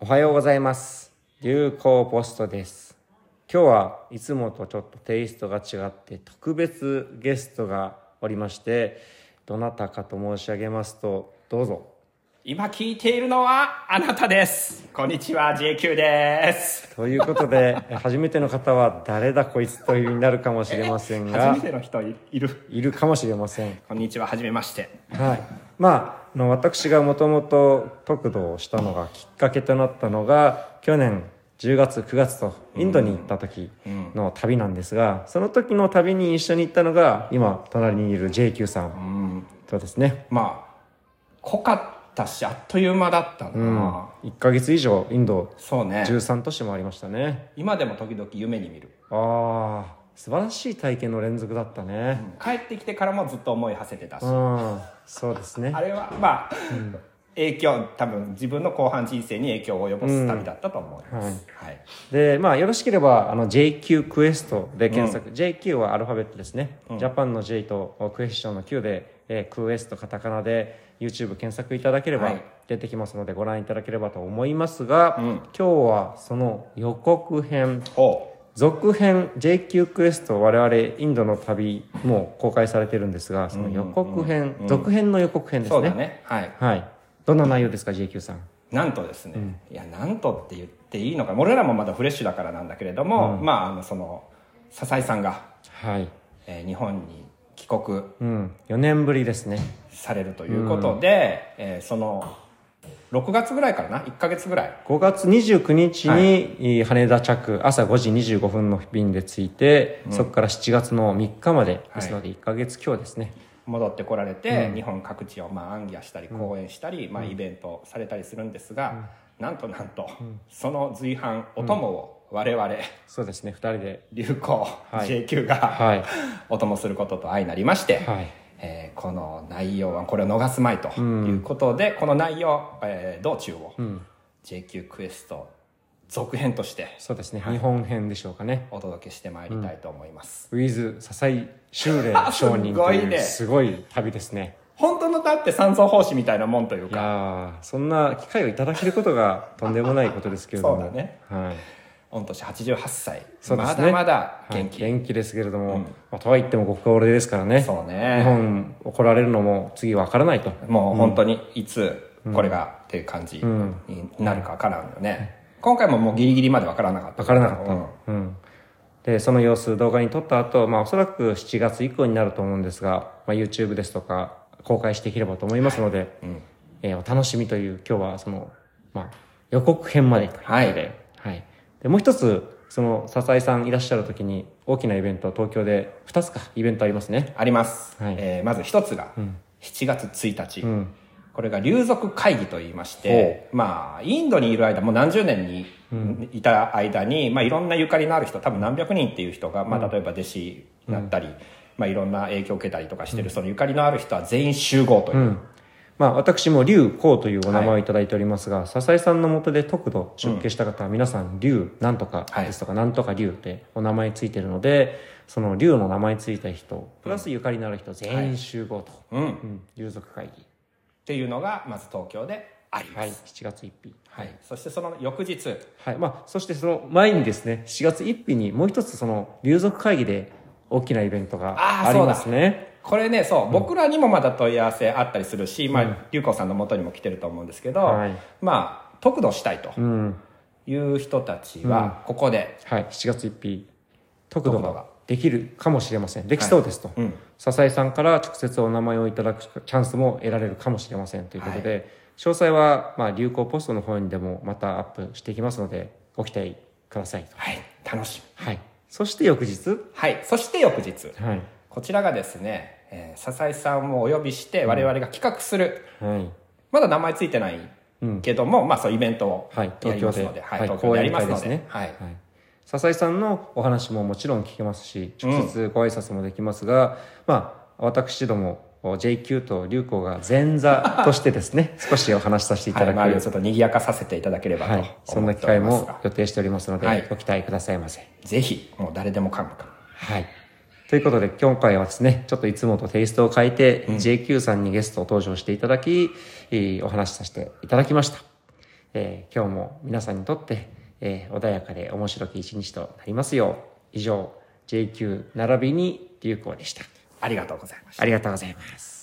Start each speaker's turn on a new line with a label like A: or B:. A: おはようございます。流行ポストです。今日はいつもとちょっとテイストが違って特別ゲストがおりまして、どなたかと申し上げますと、どうぞ。
B: 今聞いているのはあなたです。こんにちは、JQ です。
A: ということで、 初めての方は誰だこいつというふうになるかもしれませんが
B: 初め、ての人いいる。
A: いるかもしれません。
B: こんにちは、はじめまして。
A: はい。まあ、あの私がもともと得度をしたのがきっかけとなったのが、去年10月、9月とインドに行った時の旅なんですが、その時の旅に一緒に行ったのが、今、隣にいる JQ さ
B: うんん。
A: とですね、
B: まあ、濃かったし、あっという間だったな。
A: 1ヶ月以上インド
B: そうね。
A: 13都市もありましたね。
B: 今でも時々夢に見る。
A: ああ、素晴らしい体験の連続だったね。
B: 帰ってきてからもずっと思い馳せてたし
A: う。ん、そうですね
B: あ。れは、まあ、影響、多分自分の後半人生に影響を及ぼす旅だったと思います。はい。
A: で、まあ、よろしければ、あの、JQ クエストで検索。JQ はアルファベットですね。ジャパンの J とクエスチョンの Q で、えークエストカタカナで YouTube 検索いただければ
B: はい
A: 出てきますので、ご覧いただければと思いますが、今日はその予告編、
B: ほ
A: 続編 JQ クエスト我々インドの旅も公開されてるんですが、その予告編、続編の予告編
B: う。
A: で
B: そ
A: す
B: うだ
A: ね。
B: ね。はい。
A: はい。どんな内容ですか、JQ さん。
B: なんとですね、いやなんとって言っていいのか俺らもまだフレッシュだからなんだけれども、まああのその笹井さんが、
A: はい。
B: えー日本に帰国
A: うん。4年ぶりですね。
B: されるということで、えーその6月ぐらいからな1か月ぐらい
A: 5月29日
B: は
A: にえー羽田着朝5時25分の便で着いて、そこから7月の3日までですので1ヶ月今日ですね、
B: 戻ってこられて、日本各地をまあ行脚したり講演したり、まあ、イベントされたりするんですが、なんとなんと、その随伴お供を我々
A: そうですね2人で
B: 流行、
A: い
B: JQ が、
A: はい
B: お供することと相なりまして、
A: はい
B: えーこの内容はこれを逃すまいということで、この内容、えー道中を JQ クエスト続編として
A: そうですね、日本編でしょうかね
B: お届けしてまいりたいと思います、
A: ウィズ笹井修礼商人
B: す
A: と
B: ごい
A: い
B: ね
A: うすごい旅ですね
B: 本当のだって三層奉仕みたいなもんという
A: い
B: か
A: やーそんな機会をいただけることがとんでもないことですけれども
B: そうだね
A: はい
B: 御年88歳、
A: そうです
B: ま
A: ね
B: だまだ
A: はい
B: 元気、
A: 元気ですけれども、まあ、とはいってもご高齢ですからね
B: そう
A: 日
B: ね
A: 本来られるのも次わからないと
B: もう本当にいつこれがっていう感じになるか分からんよね、今回ももうギリギリまで分からなかった
A: 分からなかった、
B: う
A: うんんでその様子動画に撮った後、まあおそらく7月以降になると思うんですが、まあ、YouTube ですとか公開していければと思いますので、えーお楽しみという今日はその、まあ、予告編までということで,、
B: はい
A: はい、でもう一つその笹井さんいらっしゃる時に大きなイベントは東京で2つかイベントありますね
B: あります、
A: はい
B: えーまず一つが7月1日、これが流族会議といいまし
A: ほ
B: て、まあ、インドにいる間もう何十年にいた間に、まあ、いろんなゆかりのある人多分何百人っていう人が、まあ、例えば弟子になったり、まあ、いろんな影響を受けたりとかしてる、そのゆかりのある人は全員集合という、
A: まあ、私も龍光というお名前をいただいておりますが、笹井さんのもとで特度出家した方は皆さん龍なんとかですとか、なんとか龍ってお名前ついてるので、その龍の名前ついた人、プラスゆかりのある人全員集合と、
B: う
A: う
B: んっ
A: ん、龍族会議。
B: ていうのがまず東京でありま
A: はい、
B: す、
A: 7月1日。
B: はいそしてその翌日
A: はい。まあ、そしてその前にですね、4月1日にもう一つその龍族会議で大きなイベント
B: あ
A: が
B: ー
A: ありますね。
B: これねそう、僕らにもまだ問い合わせあったりするし、まあ、龍子さんの元にも来てると思うんですけど、
A: はい
B: まあ得度したいと
A: うん。
B: いう人たちはここで、
A: はい、7月1日、特度
B: 特度
A: が
B: が
A: できるかもしれません。できそうですと。
B: うん
A: 笹井さんから直接お名前をいただくチャンスも得られるかもしれませんということで、詳細は、まあ、流行ポストの方にでもまたアップしていきますので、ご期待くださいと。
B: はい、楽しみ
A: はい。そして翌日、
B: はいそして翌日
A: はい。
B: こちらがですね、えー笹井さんをお呼びして我々が企画する、
A: はい。
B: まだ名前ついてないけども、まあそうイベントを
A: は
B: や
A: い、東
B: り
A: 京
B: ます
A: で、
B: ので、はい東京でやりますのでは
A: は
B: い
A: い笹井さんのお話ももちろん聞けますし、直接ご挨拶もできますが、まあ、私ども、JQ と流行が前座としてですね、少しお話しさせていた
B: はい
A: だく、は
B: 周りを
A: い
B: ちょっと賑やかさせていただければと思っておりま
A: そ
B: すが、
A: んな機会も予定しておりますので、
B: はい
A: ご期待くださいませ。
B: ぜひもう誰でもかもかも
A: はい。ということで、今回はですね、ちょっといつもとテイストを変えて、JQ さんにゲストを登場していただき、えーお話しさせていただきました。えー今日も皆さんにとって、えー穏やかで面白き一日となりますよう以上 JQ 並びに流行でした
B: ありがとうございました
A: ありがとうございます